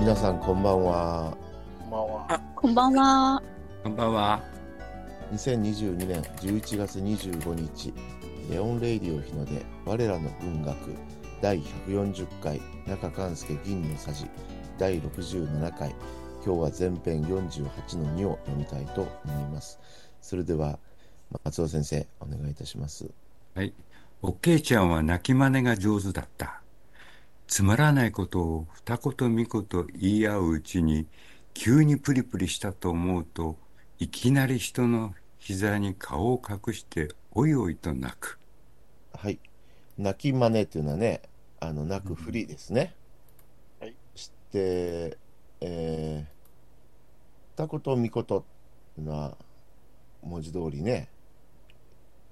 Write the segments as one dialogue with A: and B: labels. A: 皆さんこんばんは。
B: こんばんは。
C: こんばんは。
D: こんばんは。
A: 2022年11月25日、レオンレイディオ日の出、我らの文学、第140回、中勘介銀のさじ、第67回、今日は前編48の2を読みたいと思います。それでは、松尾先生、お願いいたします。
D: はい。おっけいちゃんは泣き真似が上手だった。つまらないことを二言三言言い合ううちに、急にプリプリしたと思うと、いきなり人の膝に顔を隠して、おいおいと泣く。
A: はい。泣き真似っていうのはね、あの、泣くふりですね。
B: うんはい。
A: して、えー、二言三言っていうのは、文字通りね、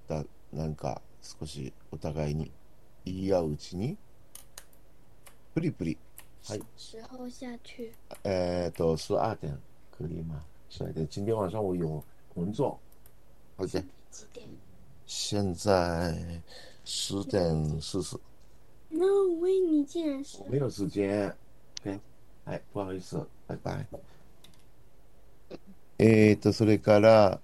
A: だ、なんか、少しお互いに言い合ううちに、プリプリ、
E: 时候下去，
A: えーと、十二点、可以吗？十二点，今天晚上我有工作。好的，
E: 几点
A: 现在十点四十。
E: ？No，喂，你竟然是
A: 没有时间。OK，はい、不好意思、バイバイ。えーと、それから、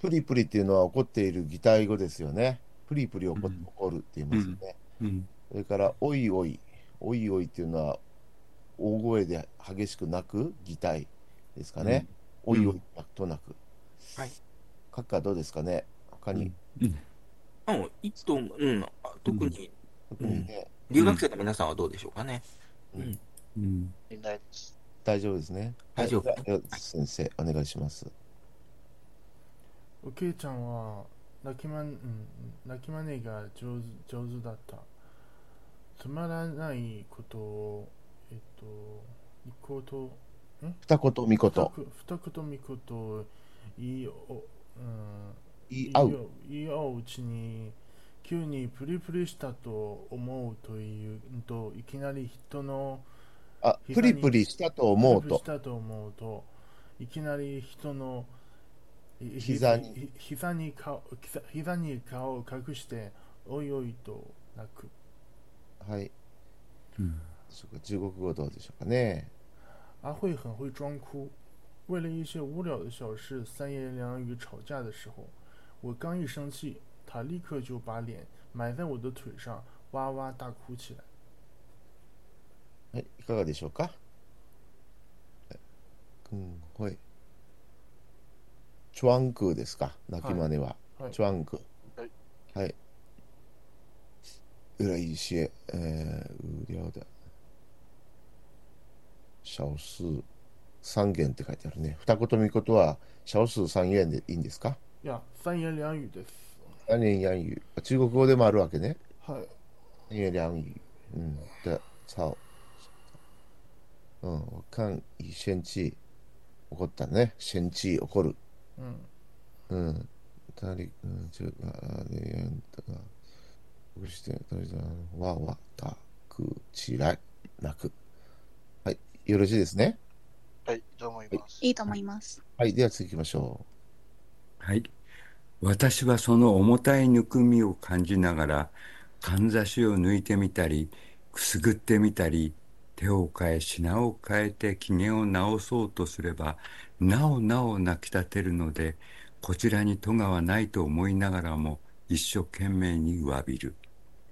A: プリプリっていうのは怒っている擬態語ですよね。プリプリ怒
D: うん
A: 怒るって言いますよね。
D: うん。
A: それから、おいおい。おいおいっていうのは、大声で激しく泣く擬態ですかね。
D: うん
A: おいおい、泣くと泣く。
B: はい。
A: カッカどうですかね他に、
F: うん、一トン、うん、あ特に
A: 特にね、
F: 留学生の皆さんはどうでしょうかね。
D: うん。
B: みんなです。
A: 大丈夫ですね。
F: 大丈夫
A: はいじゃあ先生、お願いします。
G: おけいちゃんは泣き,、まん、うん泣き真似が上手上手だったつまらないことをえっと一言と
A: 二言、三言。
G: 二言三言を言いお、うん、
A: 言い合う。
G: 言い合ううちに急にプリプリしたと思うというといきなり人の
A: あ、プリプリしたと思う
G: プリプリ
A: と
G: し。たと思うといきなり人のい
A: 膝に
G: ひ膝に顔膝膝に顔を隠しておいおいと泣く
A: はい。
D: うん
A: そこ中国語どうでしょうかね。
G: 阿慧很会装哭，为了一些无聊的小事三言两语吵架的时候，我刚一生气，她立刻就把脸埋在我的腿上，哇哇大哭起来。
A: はい。いかがでしょうかうん、はい。チュアンクですか泣き真似は。
G: はい
A: チュアンク。
B: はい。
A: はい。裏一些、えー、無聊的。小数三元って書いてあるね。二言三言は小数三元でいいんですか
G: 哎呀，三言两语的死。
A: 三言四語。あ中国語でもあるわけね。
G: 嗨，
A: 三言两语，嗯的操，嗯，我看以先气怒ったね。先气怒る。
G: 嗯，
A: うん。誰、うん、ちょ、あ、あ、で、やんだが、僕して、誰だ、わ、わ、た、く、ちらい、泣く。はい。よろしいですね。
B: はい、どう思います。
C: いいと思います。
A: はい。では次行きましょ
D: はい。私はその重たいぬくみを感じながら、かんざしを抜いてみたり、くすぐってみたり、手を変え、品を変えて機嫌を直そうとすれば、なおなお泣き立てるので、こちらに咎はないと思いながらも、一生懸命に詫びる。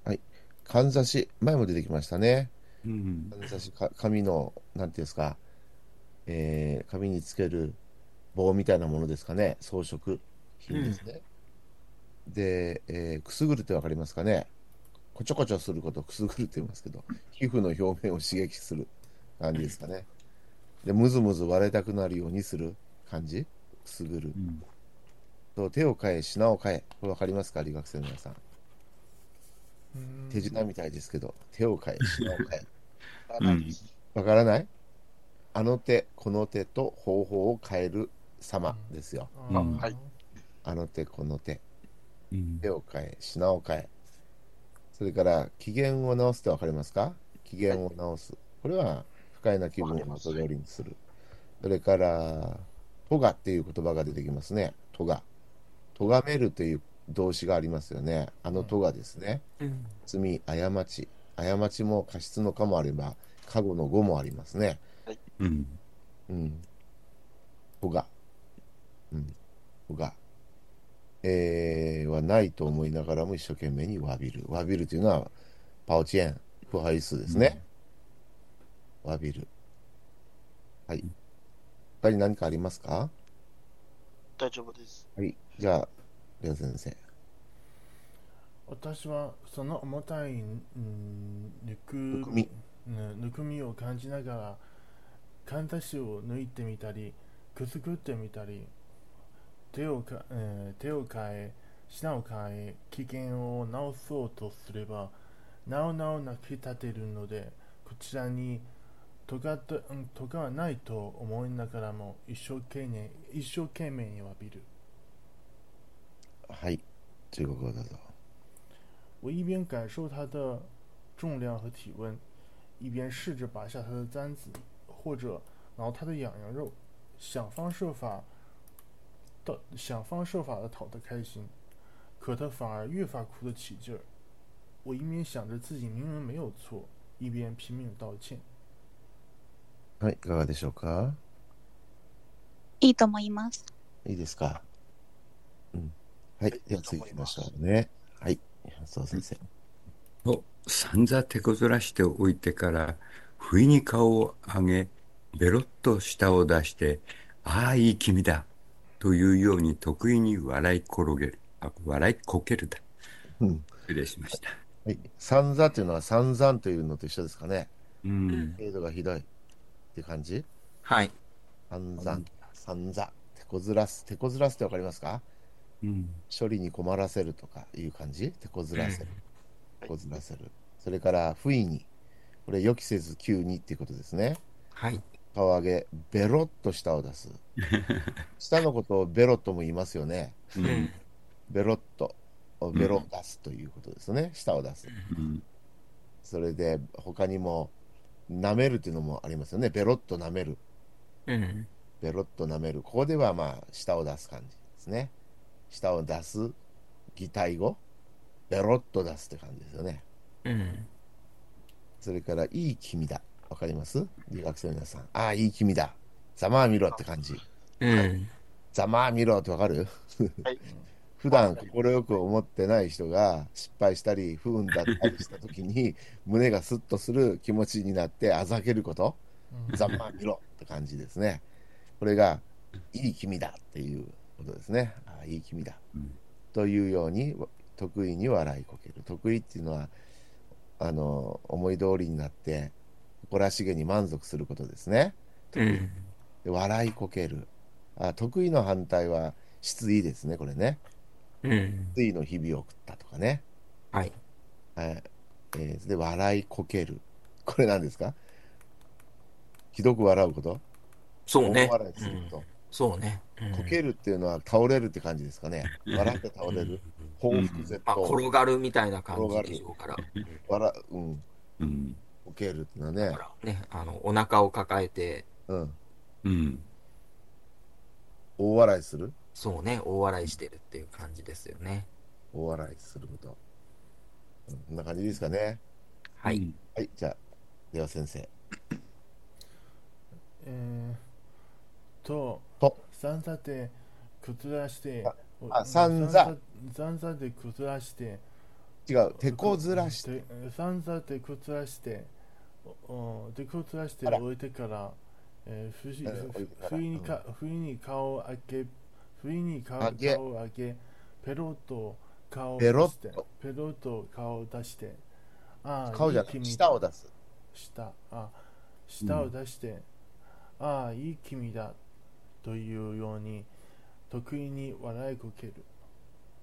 A: う。かんざし。前も出てきましたね。
D: うん。
A: かんざし、か髪の、なんていうんですか、えー、髪につける棒みたいなものですかね、装飾品ですね。で、えーくすぐるってわかりますかね。こちょこちょすることをくすぐるって言いますけど、皮膚の表面を刺激する感じですかね。で、むずむず割れたくなるようにする感じ、くすぐる。
D: うん
A: と手を変え、品を変え、これわかりますか、理学生の皆さん。
G: 嗯，
A: 手品みたいですけど、手を変え、品を変え。
B: あないです。
A: わからないあの手、この手と方法を変える様ですよ。
G: 啊
D: 嗯
B: 嗨
A: あの手、この手、
D: うん
A: 手を変え、品を変え。それから、機嫌を直すってわかりますか機嫌を直す。これは、不快な気分を元通りにする。それから、とがっていう言葉が出てきますね。とが。とがめるという動詞がありますよね。あのとがですね。
F: うん。
A: 罪、過ち。過ちも過失のかもあれば、過去の5もありますね。
D: うん。
A: うん。子が。うん。子が。えー、はないと思いながらも一生懸命に詫びる。詫びるというのは、パオチェン、不敗数ですね。詫びる。はい。他に何かありますか
B: 大丈夫です。
A: はい。じゃあ、レオ先生。
G: 私はその重たい、うん、ぬく
A: ぬくみ
G: ぬぬくみを感じながらかんざしを抜いてみたりくすぐってみたり手をか、えー手を変え品を変え危険を直そうとすればなおなお泣き立てるのでこちらに尖っとうん尖はないと思いながらも一生懸命一生懸命に詫びる。
A: はい。中国語だぞ。
G: 我一边感受它的重量和体温，一边试着拔下它的簪子，或者挠它的痒痒肉，想方设法的想方设法的讨它开心，可它反而越发哭得起劲儿。我一面想着自己明明没有错，一边拼命道歉。
A: はい。いかがでしょうか
C: いいと思います。
A: いいですか。うん。はい。では次行きましょうね。はい。そう先生。
D: と、散々手こずらしておいてから、不意に顔を上げ、ベロッと舌を出して、ああ、いい君だ、というように得意に笑い転げる、あ、笑いこけるだ。
A: うん。
D: 失礼しました。
A: はい。散々というのは散々というのと一緒ですかね。
D: うん。
A: 程度がひどいっていう感じ
F: はい。
A: 散々、散々。手こずらす。手こずらすってわかりますか
D: うん。
A: 処理に困らせるとかいう感じ手こずらせる。
B: う
A: 手
B: ん
A: こずらせる。それから、不意に。これ、予期せず急にっていうことですね。
F: はい。
A: 顔上げ、ベロッと舌を出 す。舌のことをベロッとも言いますよね。
D: うん。
A: ベロッと、ベロを出すということですね。舌を出す。
D: うん。
A: それで、他にも、舐めるというのもありますよね。ベロッと舐める。
F: うん。
A: ベロッと舐める。ここでは、まあ、舌を出す感じですね。舌を出す、擬態語、ベロッと出すって感じですよね。
F: うん。
A: それから、いい君だ。わかります留学生の皆さん。ああ、いい君だ。ざまあみろって感じ。
F: うん。
A: ざまあみろってわかる
B: はい。
A: 普段快く思ってない人が失敗したり不運だったりした時に胸がスッとする気持ちになってあざけること
G: 嗯
A: ざまあみろって感じですねこれがいい君だっていうことですねああいい君だ、
D: うん
A: というように得意に笑いこける得意っていうのはあの思い通りになって誇らしげに満足することですね
F: うん。
A: で笑いこけるあ得意の反対は質疑ですねこれね
F: うん。
A: 暑いの日々を送ったとかね。
F: はい。
A: はい。えーで、笑いこける。これ何ですかひどく笑うこと
F: そうね
A: 大。笑いすること、
F: そうね。うん
A: こけるっていうのは倒れるって感じですかね。笑って倒れる。報復絶
F: まあ、
A: 倒。
F: 転がるみたいな感じでしょうから。
A: 笑う。うん。
D: うん。
A: こけるっていうの
F: だ
A: はね
F: か。らね、あの、お腹を抱えて、
A: うん。
D: うん。
A: 大笑いする。
F: そうね、大笑いしてるっていう感じですよね。
A: 大笑いすること。うんこんな感じですかね。
F: はい。
A: はい。じゃあ、では先生。
G: えーと
A: と
G: 散々で崩らして
A: ああ散々
G: 散々で崩らして
A: 違う。手こずらして。
G: て散々手こずらしておお手こずらして
A: あら
G: 置いてから、えー、不し
A: えー置いてから
G: 不意にか、不意に顔を開け不意に顔
A: 開け
G: 顔を開けペロッと顔を
A: ペロッ
G: 出して
A: と
G: ペロッと顔を出してああ
A: 顔じゃな。
G: ないい
A: 舌を出す。
G: 舌あ舌を出して、ああいい君だというように得意に笑いこける、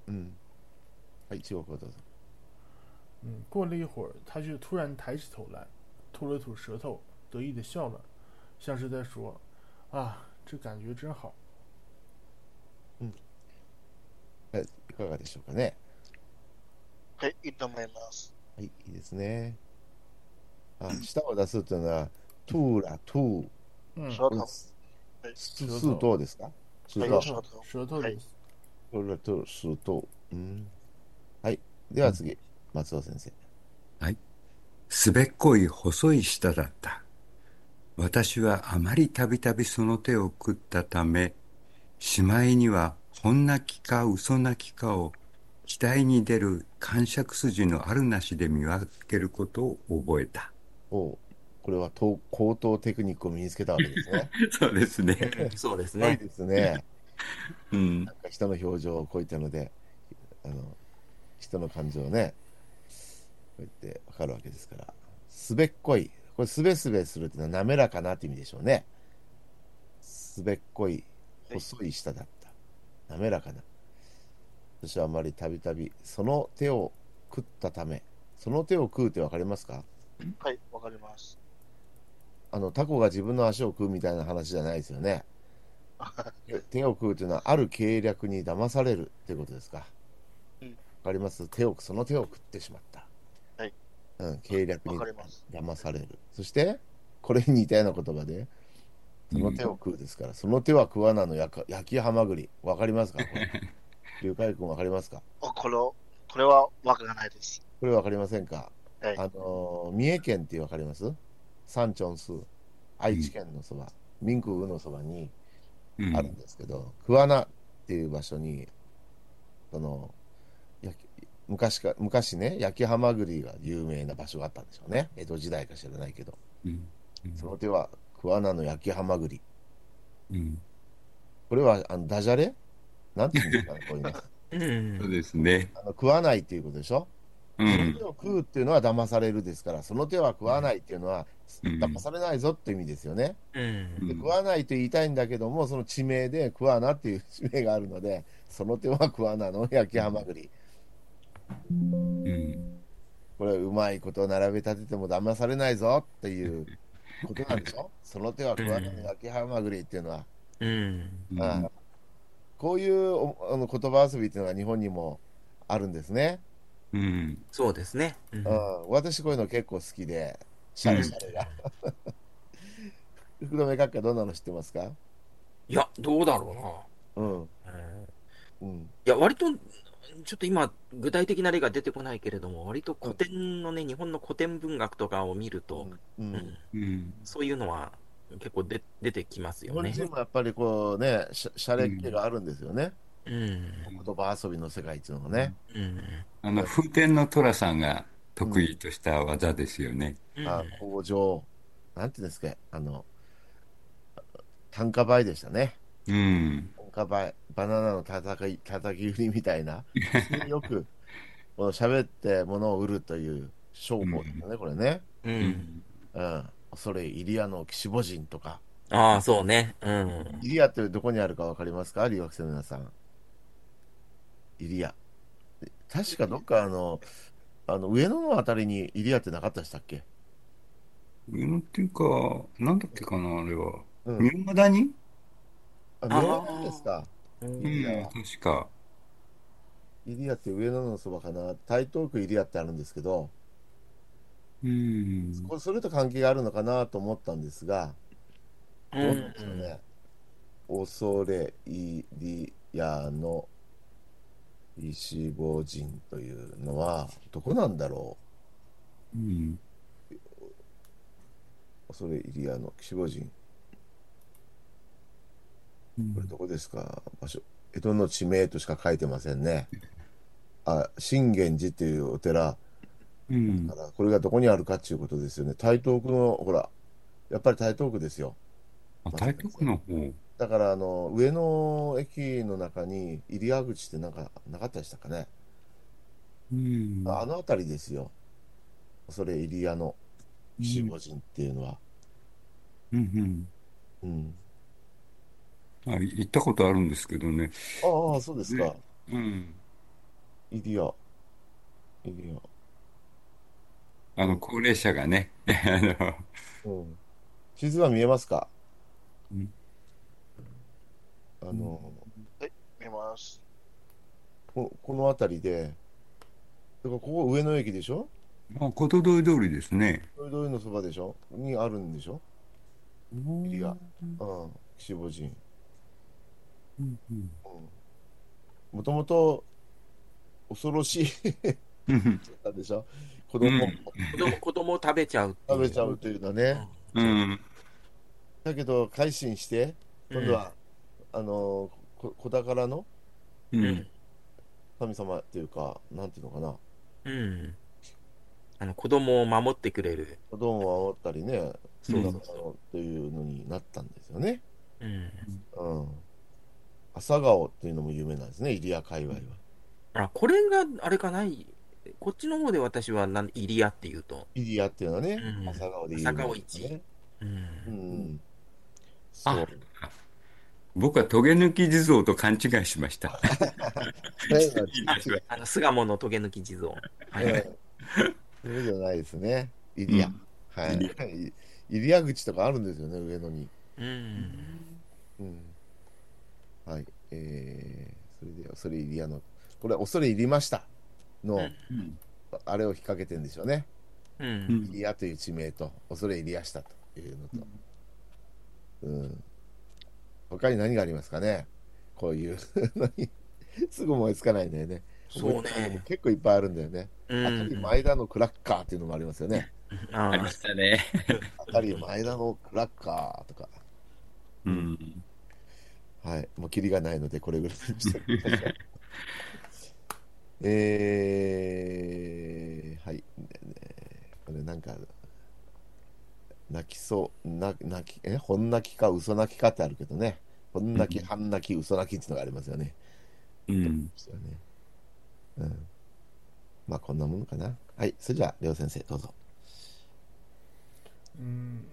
A: うん。はい。中国語どうぞ。
G: 嗯，过了一会儿，他却突然抬起头来，吐了吐舌头，得意的笑了，像是在说：“啊，这感觉真好。
A: いかがでしょうかね。
B: はい、いいと思います。
A: はい、いいですね。あ、舌を出すというのは、トゥーラ、トゥー、
G: 嗯
B: ショート。
A: ス
B: はい
A: スートですかス
B: は
A: ー
B: い、
A: ト
B: ショート。
G: 舌头
B: は
G: 的
B: い
A: トゥーラ、トゥー、スート。うん。はい。では次、松尾先生。
D: すべっこい細い舌だった。私はあまりたびたびその手を食ったため、しまいには本泣きか嘘泣きかを額に出る感触筋のあるなしで見分けることを覚えた。
A: おうこれはと高等テクニックを身につけたわけですね。
D: そうですね。
F: うんそうです
A: ない
F: ね。
A: ですね。
D: うん
A: な。んか人の表情をこういったので、あの人の感情をね、こうやってわかるわけですから。すべっこい。これ、すべすべするっていうのは滑らかなって意味でしょうね。すべっこい、細い舌だった。滑らかな。私はあまりたびたび、その手を食ったため、その手を食うってわかりますか
B: はい、わかります。
A: あの、タコが自分の足を食うみたいな話じゃないですよ ね。手を食うというのは、ある計略に騙されるということですか。わ
B: うん
A: かります手を、その手を食ってしまった。
B: はい。
A: うん、計略
B: わ
A: に
B: かります。
A: 騙される。そして、これに似たような言葉で、その手を食うですから、その手は食わなのやか焼きハマグリ。わかりますかこれ龍海君わかりますか
B: あこれを、これはわからないです。
A: これわかりませんか
B: はい
A: あのー三重県ってわかります三町数愛知県のそば、民空のそばに、
D: うん
A: あるんですけど、桑名っていう場所に、その、焼き昔か、昔ね、焼きハマグリが有名な場所があったんでしょうね。江戸時代か知らないけど、
D: うんうん
A: その手は桑名の焼きハマグリ。
D: うん
A: これは、あの、ダジャレなんて言うんですかね、こういうの。
F: うん
D: そうですね。
A: あの、食わないっていうことでしょ、
D: う
A: その
D: ん
A: 手を食うっていうのは騙されるですから、その手は食わないっていうのは、
D: うん
A: 騙されないぞって意味ですよね。
F: うん。
A: で食わないと言いたいんだけども、その地名でクワナっていう地名があるので、その手はクワナの焼きハマグリ。
D: うん
A: これ、うまいことを並べ立てても騙されないぞっていうことなんでしょその手はクワナの焼きハマグリっていうのは、
F: うん。
D: うん
A: ああこういうおあの言葉遊びっていうのが日本にもあるんですね。
D: うん
F: そうですね。うん
A: うん、私こういうの結構好きで、シャレシャレが。福留閣下どんなの知ってますか
F: いや、どうだろ
A: うん。
F: うな。うん
A: うん。
F: いや、割と、ちょっと今、具体的な例が出てこないけれども、割と古典のね、日本の古典文学とかを見ると、
A: う
F: うんん
D: うん
F: そういうのは結構で出てきます
A: 日
F: よ
A: 本
F: ね。
A: 人もやっぱりこうね、しゃしゃれっ気があるんですよね、
F: うん。
A: 言葉遊びの世界っていうのがね、
F: うん。
D: あの風天の寅さんが得意とした技ですよね。
F: うん
A: あ工場、なんていうんですか、あの、単価倍でしたね、
D: うん。
A: 単価倍、バナナの叩き叩き売りみたいな、普通によ くこの喋って物を売るという商法ですよね、これね、
F: うん。
A: うん、それ、イリアの岸母人とか、
F: ああ、そうね。うん。
A: イリアってどこにあるかわかりますか留学生の皆さん。イリア。確かどっかあの、あの上野のあたりにイリアってなかったでしたっけ
D: うんっていうか、なんだっけかな、あれは。
A: うん。
D: 三浦谷
A: あ、上野なんですか。
D: う
F: うん
D: ん
A: や、
D: 確か。
A: イリアって上野のそばかな。台東区イリアってあるんですけど、
D: うん。
A: これそれと関係があるのかなと思ったんですが、
F: う
A: どうなん
F: ん
A: ですかね。恐れイリアの石坊人というのは、どこなんだろう
D: うん。
A: 恐れ入り屋の岸坊人、
D: うん
A: これどこですか場所。江戸の地名としか書いてませんね。あ、信玄寺っていうお寺
D: うん
A: から、これがどこにあるかっていうことですよね。台東区の、ほら、やっぱり台東区ですよ。
D: あ、台東区の方。
A: だから、あの、上野駅の中に入谷口ってなんかなかったでしたかね。
D: うん。
A: ああの辺りですよ。恐れ入り屋の岸坊人っていうのは。
D: うん
A: うん。
D: うん。あ、行ったことあるんですけどね。
A: ああ、そうですか。
D: うん。
A: 入谷。入谷。
D: あの、高齢者がね、 あの、
A: うん地図は見えますか、
D: うん
A: あの、
B: 見ます。
A: ここの辺りで、だからここ上野駅でしょ
D: あ、ことどい通りですね。
A: それ通りのそばでしょにあるんでしょ入りが。うん、岸坊人。
D: うんうん
A: もともと恐ろしい
D: うん
A: なんでしょ子供を
D: うん
F: 子供子供を食べちゃうっていう
A: 食べちゃうというのね、
D: うん。
A: だけど改心して
F: うん
A: 今度は、あのこ子宝の
D: う
F: うんん。
A: 神様っていうかなんていうのかな
F: うんあの子供を守ってくれる
A: 子供を煽ったりね
F: そう
A: だっ
F: そう
A: た
F: そ
A: のっていうのになったんですよね
F: ううん
A: うん朝顔っていうのも有名なんですね入谷界隈は
F: あこれがあれかないこっちの方で私はなん入りアっていうと
A: 入谷っていうのはね、
F: うん
A: 朝顔で有名な
F: 朝
A: ん
F: 顔
A: ですね
F: う
A: うんんそ
D: あ
A: う、
D: 僕はトゲ抜き地蔵と勘違いしました。
F: あの巣鴨のトゲ抜き地蔵はい
A: うんそれじゃないですね入谷、はい
D: 入
A: い入谷口とかあるんですよね上野に
F: うん
A: うんはい、えー、それで恐れ入りやの、これ恐れ入りましたの、
F: うん
D: うん
A: あれを引っ掛けてんでしょうね。
F: う
D: うん
A: 入りやという地名と、恐れ入りやしたというのと。うん。他に何がありますかねこういう何すぐ思いつかないんだよね。
F: そう
A: 思いつかないのも
F: ね
A: 結構いっぱいあるんだよね。
F: う
A: あたり
F: ん
A: 前田のクラッカーっていうのもありますよね。
F: あ
D: ありましたね。
A: あたり前田のクラッカーとか。
D: うん。
A: はい、もうキリがないのでこれぐらいにしてく ださい。えー、はい、ねこれなんか泣きそうな泣きえ本泣きか嘘泣きかってあるけどね、本泣き
D: うん
A: 半泣き嘘泣きっていうのがありますよね。
D: うん。
A: そうねうん。まあこんなものかな。はい、それじゃありょう先生どうぞ。
G: うん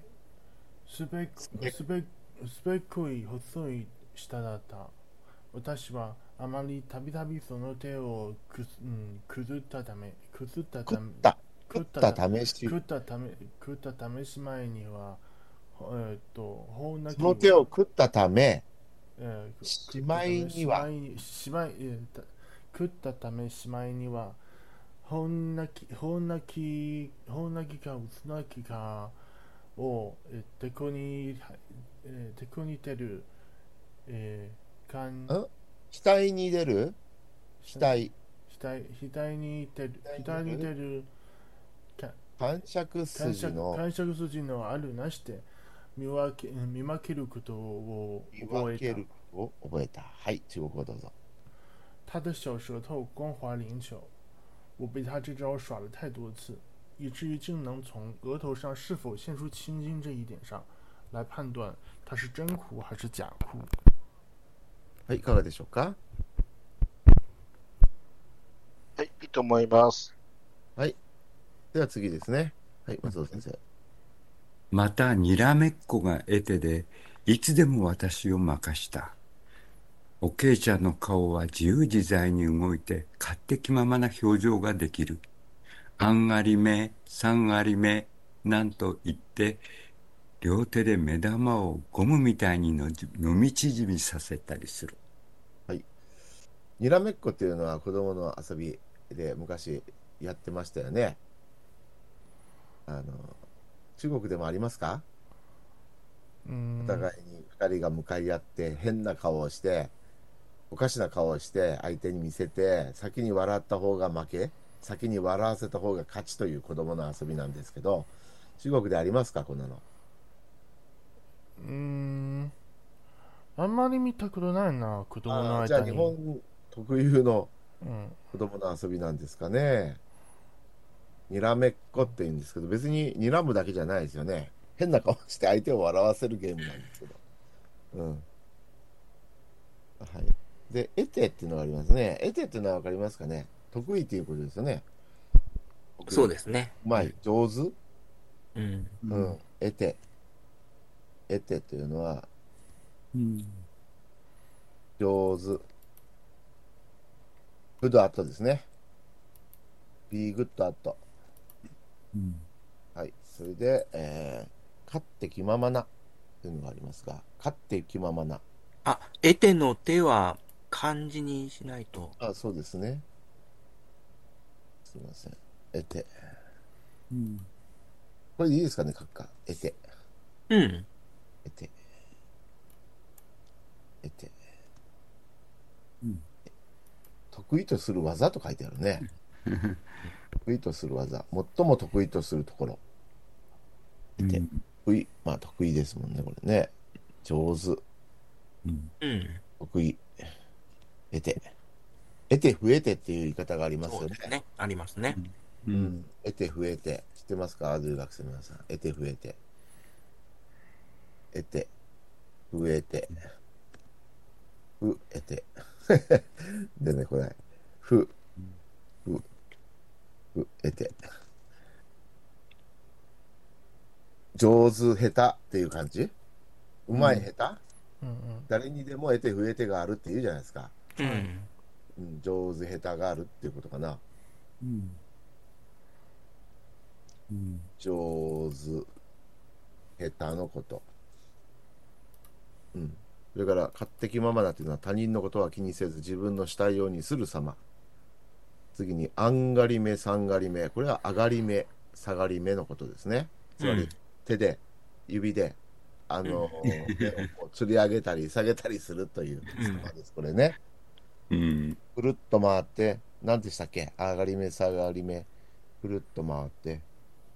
G: すべ
A: べ
G: すべすべっこい細い舌だった。私はあまりたびたびその手をくす、うん、崩ったため、崩った
A: 食
G: た
A: っ
G: め、
A: た
G: 食
A: 食
G: っ
A: ったた試し
G: 食ったため、食った試し前には、ほえーっと、ほうな
A: その手を食ったため
G: えー
A: しまいには
G: しまいにしまいえーた食ったためしまいにはほんなきほんなきほんなきかうつなきかをえーてこにはえーてこにてるえーかん
A: ん額に出る額
G: 額額にてる
A: 額
G: 額
A: に
G: に
A: 出る
G: てる
A: 感触
G: 感
A: 筋
G: 触
A: の
G: 感触筋のあるなしで見分け見分けることを
A: 見
G: 覚
A: 分
G: え
A: け
G: た
A: るを覚えた。はい、中国語どうぞ。
G: 他的小舌头光滑灵巧，我被他这招耍了太多次，以至于竟能从额头上是否现出青筋这一点上来判断他是真哭还是假哭。
A: はい、いかがでしょうか
B: はい、いいと思います。
A: では次ですね。はい、松尾先生。
D: また、にらめっこが得手で、いつでも私を任した。おけいちゃんの顔は自由自在に動いて、勝手気ままな表情ができる。あんありめ、さんありめ、なんと言って、両手で目玉をゴムみたいにのじ飲み縮みさせたりする。
A: にらめっこっていうのは子供の遊びで昔やってましたよね。あの、中国でもありますか
G: 嗯
A: お，互いに2人が向かい合って変な顔をして、おかしな顔をして相手に見せて、先に笑った方が負け、先に笑わせた方が勝ちという子供の遊びなんですけど、中国でありますかこんなの。
G: 嗯，あんまり見たことないな子供の
A: あーじゃ
G: 間
A: あ日
G: に。
A: 本特有の
G: うん、
A: 子供の遊びなんですかね。にらめっこって言うんですけど、別ににらむだけじゃないですよね。変な顔して相手を笑わせるゲームなんですけど。うん。はい。で、得てっていうのがありますね。得てっていうのはわかりますかね。得意っていうことですよね。
F: そう
A: で
F: ですね
A: うまい、上手。
F: うん
A: うん。得て。得てというのは、
D: うん。
A: 上手。グッドアットですね。ビーグッドアット。
D: うん。
A: はい。それで、えー、勝って気ままなというのがありますが、勝って気ままな。
F: あ得手の手は漢字にしないと
A: あ、そうですね。すいません。得て。
D: うん。
A: これでいいですかね、書くか。得て。
F: うん
A: 得て。得て。
D: うん
A: 得意とする技と書いてあるね。得意とする技、最も得意とするところ。で
D: うん
A: 得意、まあ得意ですもんね、これね。上手、
D: うん
F: うん。
A: 得意、得て。得て増えてっていう言い方があります
F: そ
A: よ
F: う
A: ね
F: で。すね。ありますね。
D: う
A: うんん、得て増えて。知ってますか留学生の皆さん。得て増えて。得て、増えて。ふ、得て。 でね、これ。ふ、ふ、ふ、得て。上手、下手っていう感じうまい、
G: うん
A: 下手、
G: うん
A: 誰にでも得て増えてがあるっていうじゃないですか。
F: うん。
A: うん、上手、下手があるっていうことかな。
D: うんうん
A: 上手下手のことうんそれから勝手気ままだというのは他人のことは気にせず自分のしたいようにする様次にあんがりめさんがりめこれは上がりめ下がりめのことですねつまり、
F: うん
A: 手で指であの 目をこう吊り上げたり下げたりするという様ですこれね
D: うん
A: くるっと回って何でしたっけ上がりめ下がりめくるっと回って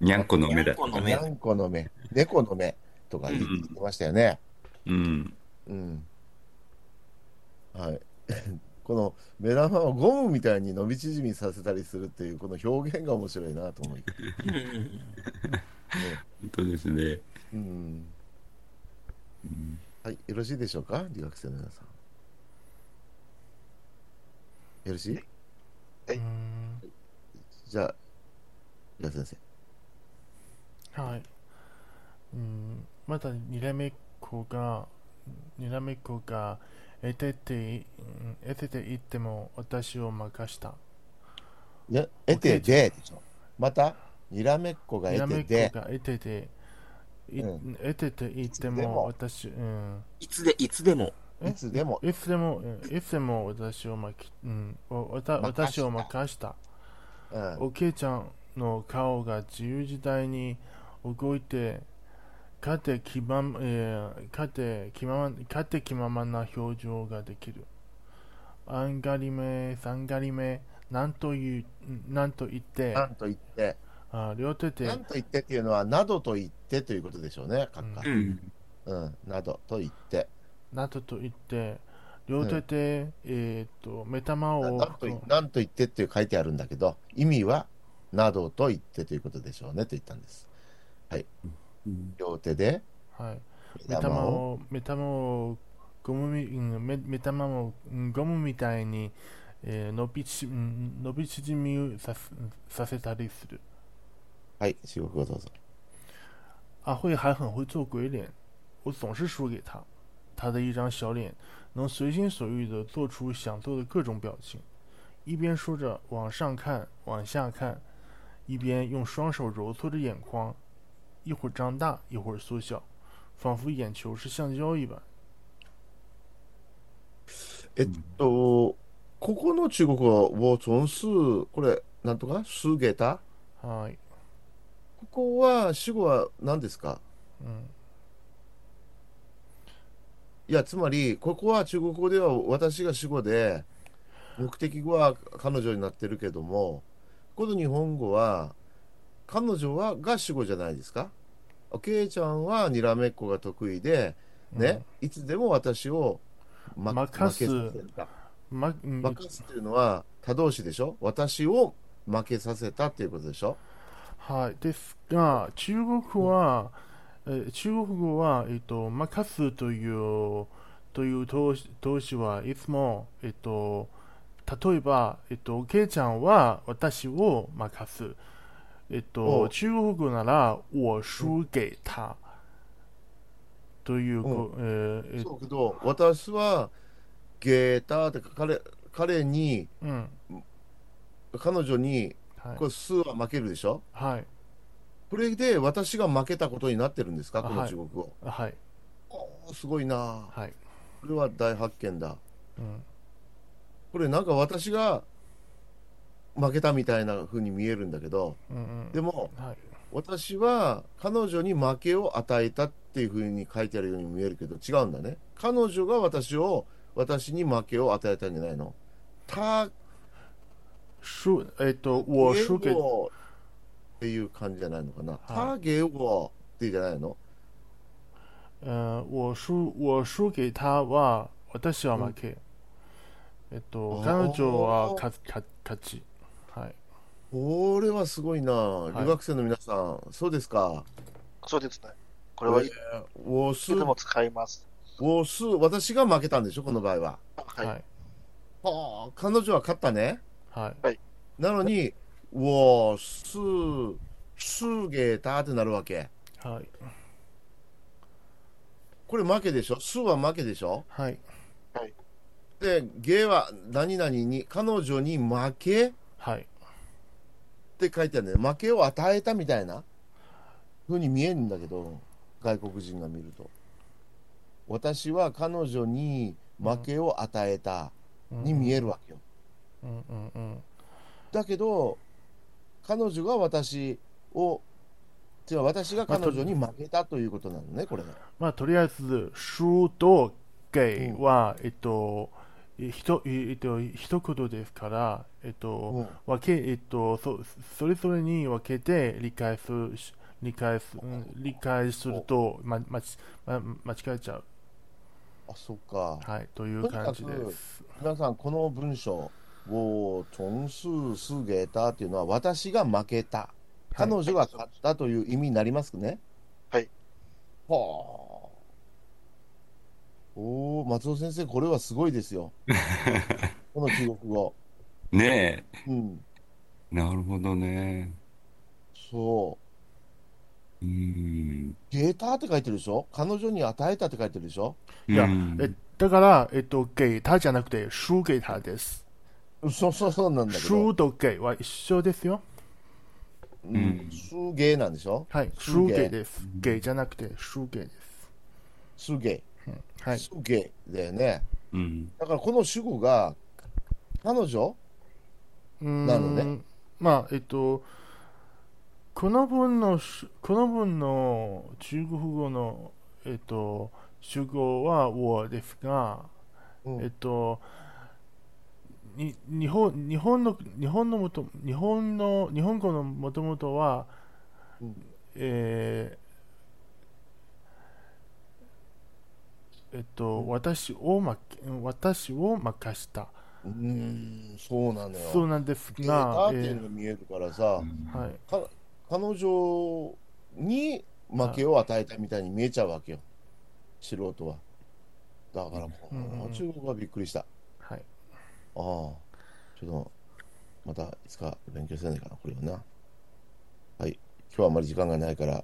D: にゃんこの目だ
F: にゃんこの
A: に
F: 目
A: ゃんこの目、猫の目とか言
F: うん
A: ってましたよね。
D: うん
A: うん。はい。 この目玉をゴムみたいに伸び縮みさせたりするっていうこの表現が面白いなと思って、ね。
F: うん
D: 本当ですね
A: うん。
D: うん
A: はい、よろしいでしょうか、留学生の皆さん。よろしい
G: うんうん
A: じゃあ、留学先
G: はい。うん、嗯まだにらめっこが、にらめっこが、得ててい、うん得てていっても私を任した。
A: 生。ね、得てででしょ。また、にらめっこが
G: にら
A: 得
G: め
A: て
G: っこ
A: で、
G: が得てて、い
A: うん
G: 得てていって
A: いつでも
G: も私、うん。
F: いつで、いつでも。
G: え
A: いつでも、
G: いつでも、うんいつでも私をまき、うん、おわた
A: 任した
G: 私を任した。
A: うん、
G: おけいちゃんの顔が自由自在に動いて、勝手気まま、えー、勝手気まま、勝手気ままな表情ができる。あんがりめ、さんがりめ、なんという、んなんと言って、
A: なんと言って、
G: あ両手で
A: な、んと言ってっていうのは、などと言ってということでしょうね、閣下。
F: うん。
A: うん、などと言って。
G: なんとと言って、両手で、えーっと、目玉
A: な
G: を、
A: なんといなんと言ってって書いてあるんだけど、意味は、などと言ってということでしょうねと言ったんです。
D: うん
A: 両手で
G: はい。
A: 目
G: 目
A: 玉
G: 玉
A: を、
G: を目玉をゴムみうん目目玉をうんゴムみたいに、えー伸びちうん伸び縮みをさすさせたりする。
A: はい、中国語どうぞ。
G: 阿慧还很会做鬼脸，我总是输给他。他的一张小脸能随心所欲地做出想做的各种表情，一边说着往上看、往下看，一边用双手揉搓着眼眶，一会儿张大，一会儿缩小，仿佛眼球是橡胶一般。
A: えっと、ここの中国語、ウォーツォンスー、これ、なんとか、すげた。
G: はい。
A: ここは、主語は何ですか
G: うん。
A: いや、つまり、ここは中国語では私が主語で、目的語は彼女になってるけども、この日本語は、彼女はが主語じゃないですか。おけいちゃんはにらめっこが得意で、ね、いつでも私を、ま
G: 任
A: 負
G: す
A: けさせた
G: うん。ま、うん、
A: 任すっていうのは他動詞でしょ私を負けさせたっていうことでしょ
G: はい。ですが、中国語は、えー中国語は、えっ、と、任すという、という動詞動詞はいつも、えっ、と、例えば、えっ、と、おけいちゃんは私を任す。えっ、
A: お
G: と、中国語なら、我输给他。というこ、えーえっ
A: そうけど、私は、ゲーターってか彼、彼に、
G: うん。
A: 彼女に、
G: はい
A: こ。れ、数は負けるでしょ
G: はい。
A: これで私が負けたことになってるんですか、
G: あ
A: この
G: はい
A: 中国語。
G: はい。
A: おーすごいなあ
G: はい。
A: これは大発見だ。
G: うん。
A: これなんか私が負けたみたいな風に見えるんだけど、
G: うん、う
A: でも
G: ん。はい。
A: 私は彼女に負けを与えたっていう風に書いてあるように見えるけど違うんだね。彼女が私を、私に負けを与えたんじゃないの。た、
G: 输えっと我
A: 英
G: 输给
A: 語っていう感じじゃないのかな。他给我っていうじゃないの
G: 呃我输我输给他は私は負け、えっと
A: あ
G: 彼
A: ー
G: 女は勝勝勝ちはい
A: これはすごいな。
G: い
A: 留学生の皆さん、そうですか。
B: そうですね。
A: こ
B: これはいい
A: 我
B: つ
A: 是
B: でも使います。
A: 我是私が負けたんでしょ、この場合は。
B: は。
G: はいい
A: はあ、彼女は勝ったね。
G: はい
A: なのに、我是すげたってなるわけ。
G: はい
A: これ負けでしょすは負けでしょ
G: はい
A: で、げは何々に、彼女に負けっ
G: はい
A: て書いてあるね。負けを与えたみたいな風に見えるんだけど、外国人が見ると。私は彼女に負けを与えた
G: うん
A: に見えるわけよ。
G: うんうんうん
A: だけど、彼女が私を、違う、私が彼女に負けたということなのね、これが。
G: まあとりあえず输と给は、えっとひとえっと一言ですからえっと、
A: うん
G: 分け、えっと、そそれぞれに分けて理解するし理解すうん理解すると、ま、まち、ま、間違えちゃう、
A: あ、そっか。
G: はい、という感じです。
A: 皆さん、この文章、をチョンスーすげたっていうのは、私が負けた、彼女が勝ったという意味になりますね。
B: はい。
A: はあ。おお、松尾先生、これはすごいですよ。この中国語。
D: ね
A: うん、
D: え。なるほどね。
A: そう。
D: うん。
A: ゲーターって書いてるでしょ彼女に与えたって書いてるでしょ
D: う
G: いや
D: ん、
G: えだから、えっと、给他じゃなくて、输给他です。
A: そうそうそうなんだけど。
G: 输と给は一緒ですよ。
A: うん。すげーなんでしょ
G: はい、
A: す
G: 输
A: げ
G: 给
A: ー。
G: です。给じゃなくて、输给です。
A: すげ
G: は
A: ー。
G: い、
A: すげーだよね。
D: うん。
A: だからこの主語が、彼女
G: うーん
A: なのね
G: まあ、えっと、この文のし、この文の中国語の、えっと、主語は我ですが、
A: うん
G: えっと、に日本日本の日本のもと日本の日本語のもともとは、
A: うん
G: えーえっと、私をま私を任した
A: うーん、そうなのよ。
G: そうなんです
A: ゲーター
G: が、
A: っていう
G: え
A: のが見えるからさ、
G: ーはい、
A: 彼女に負けを与えたみたいに見えちゃうわけよ。素人は。だから、こ
G: うんうんう
A: の
G: ん
A: 中国語はびっくりした。
G: はい、
A: ああ、ちょっと、またいつか勉強せないかな、これはな。はい。今日はあまり時間がないから、あ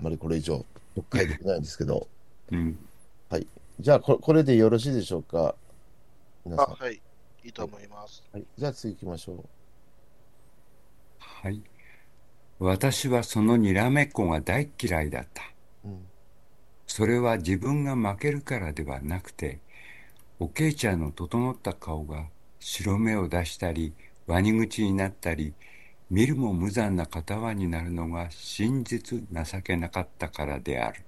A: まりこれ以上、読解できないんですけど、
D: うん。
A: じゃあこ、これでよろしいでしょうか、皆さ
B: あ、
A: ん。
B: はい。いいと思います。
A: はい、じゃあ、次行きましょう。
D: はい。私はそのにらめっこが大嫌いだった。
A: うん、
D: それは自分が負けるからではなくて、おけいちゃんの整った顔が白目を出したり、ワニ口になったり、見るも無残な片輪になるのが真実情けなかったからである。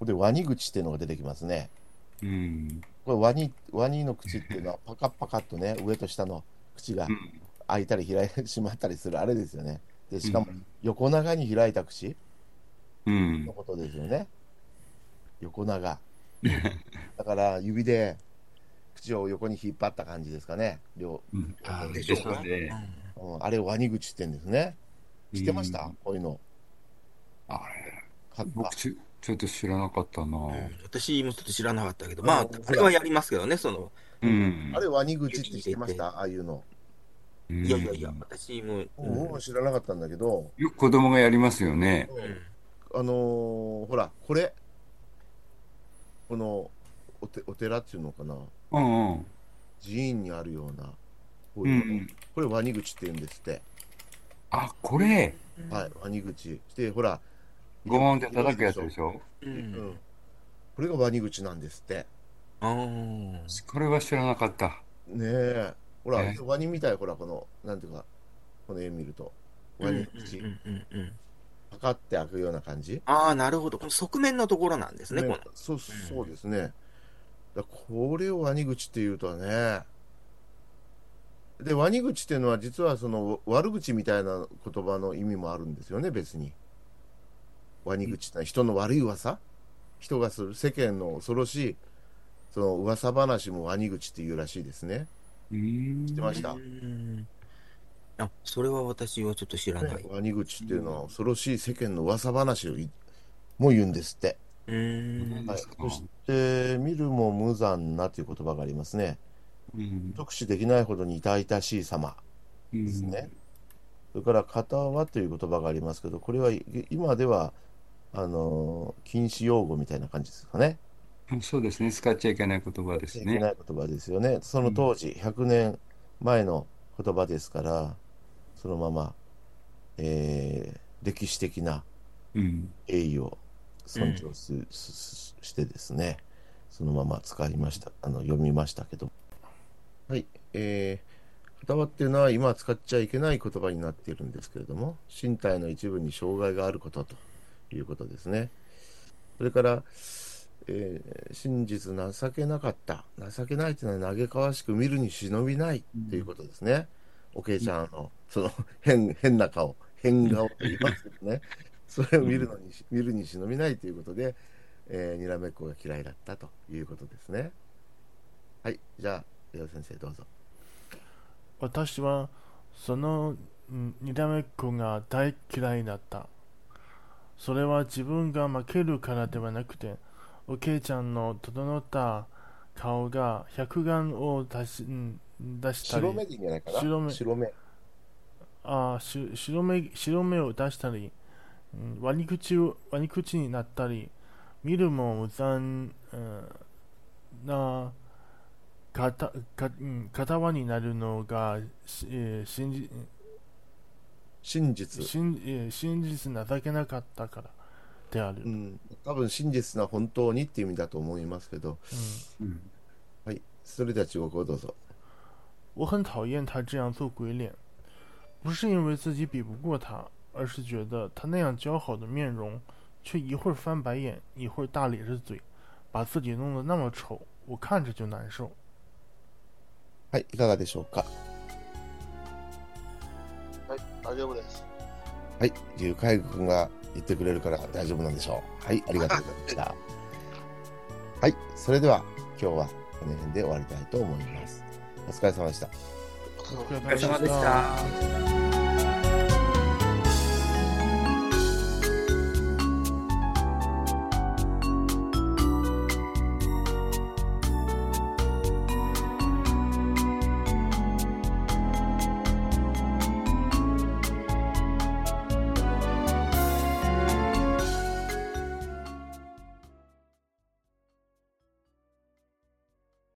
A: ここで、ワニ口っていうのが出てきますね。
D: うん。
A: これワニ、ワニの口っていう のは、パカッパカッとね、上と下の口が
D: うん
A: 開いたり開いてしまったりする、あれですよね。で、しかも
D: うん、
A: 横長に開いた口
D: うん
A: の。ことですよね。横 長。だから、指で口を横に引っ張った感じですかね。両
D: うんあ
A: で
D: で
A: しょう
D: し
A: か
D: ょうね。
A: うん、あれをワニ口って言うんですね。知ってました、
D: うん
A: こういうの。
D: あれ、
A: か
D: 僕ちょ、ちょっと知らなかったな。
F: うん私もちょっと知らなかったけど、ま
A: う
F: あ
A: ん、
F: あれはやりますけどね、その、
D: うん
A: ああれ、ワニ口って知ってましたああいうの。
D: うん
F: いやいやいや、私も、うん
A: 僕も知らなかったんだけど、
D: よく子供がやりますよね。
F: うん
A: あのーほら、これ。このおてお寺っていうのかな。
D: うんうん。
A: 寺院にあるような。こ
D: う
A: ういうの
D: ん。
A: これワニ口って言うんですって。
D: あ、これ、
A: はい、ワニ口。して、ほら。
D: ゴーンって叩くやつでしょ
F: う。
A: うんん。これがワニ口なんですって。
F: あー
D: これは知らなかった。
A: ねえ。ほら
D: え、
A: ワニみたい、ほら、この、なんていうか、この絵見ると、ワニの口
F: う、んうんうんうん
A: パカって開くような感じ。
F: あー、なるほど。この側面のところなんですね、こ
A: ね
F: の。
A: そうそうですね。だこれをワニ口っていうとはね。で、で、ワニ口っていうのは、実はその悪口みたいな言葉の意味もあるんですよね、別に。ワニ口ってのは人の悪い噂人がする世間の恐ろしい、その噂話もワニ口っていうらしいですね。
D: うん
A: 知ってました。
F: うんあ、それは私はちょっと知らない。
A: ワニ口っていうのは恐ろしい世間の噂話をいも言うんですって。
F: うーん。
A: はい、そして、見るも無残なという言葉がありますね。
D: うん
A: 特視できないほどに痛々しい様。
D: うん
A: ですね。それから「片輪」という言葉がありますけどこれはい今ではあのー禁止用語みたいな感じですかね。
D: そうですね。使っちゃいけない言葉です
A: い
D: ね
A: け。ない言葉ですよね。その当時、100年前の言葉ですからそのまま、えー歴史的な
D: うん。
A: 栄誉を尊重す、すすしてですねそのまま使いましたあの読みましたけどはいえー、片輪っていうのは今使っちゃいけない言葉になっているんですけれども身体の一部に障害があることということですねそれから、えー真実情けなかった情けないというのは嘆かわしく見るに忍びないということですね、おけいちゃんのその変変な顔変顔と言いますけどねそれを見るのに、見るに忍びないということで、えー、にらめっこが嫌いだったということですね。はい、じゃあ、矢田先生、どうぞ。
G: 私はそのうんにらめっこが大嫌いだったそれは自分が負けるからではなくておけいちゃんの整った顔が百眼を出しうん出したり
A: 白目でいいんじゃないかな。
G: 白目
A: 白目。
G: あーし白目白目を出したり、うん、割り口を割り口になったり見るも無残、うん、なかたか、うん、片輪になるのが、しえー、真実
A: 真実。
G: 真えー真実情けなかったからである、
A: う
G: うん
A: ん、多分真実な本当にっていう意味だと思いますけど、
D: うん
A: はい、それでは中国語をどうぞ。
G: 我很讨厌他这样做鬼脸，不是因为自己比不过他，而是觉得他那样姣好的面容，却一会儿翻白眼，一会儿大咧着嘴，把自己弄得那么丑，我看着就难受。
A: はい、いかがでしょうか。
B: はい、大丈夫です。
A: はい、ゆうかいくんが言ってくれるから大丈夫なんでしょう。はい、ありがとうございました。はい、それでは今日はこの辺で終わりたいと思います。お疲れ様でした。
B: お疲れ様です
G: お疲
F: お疲れ様でした。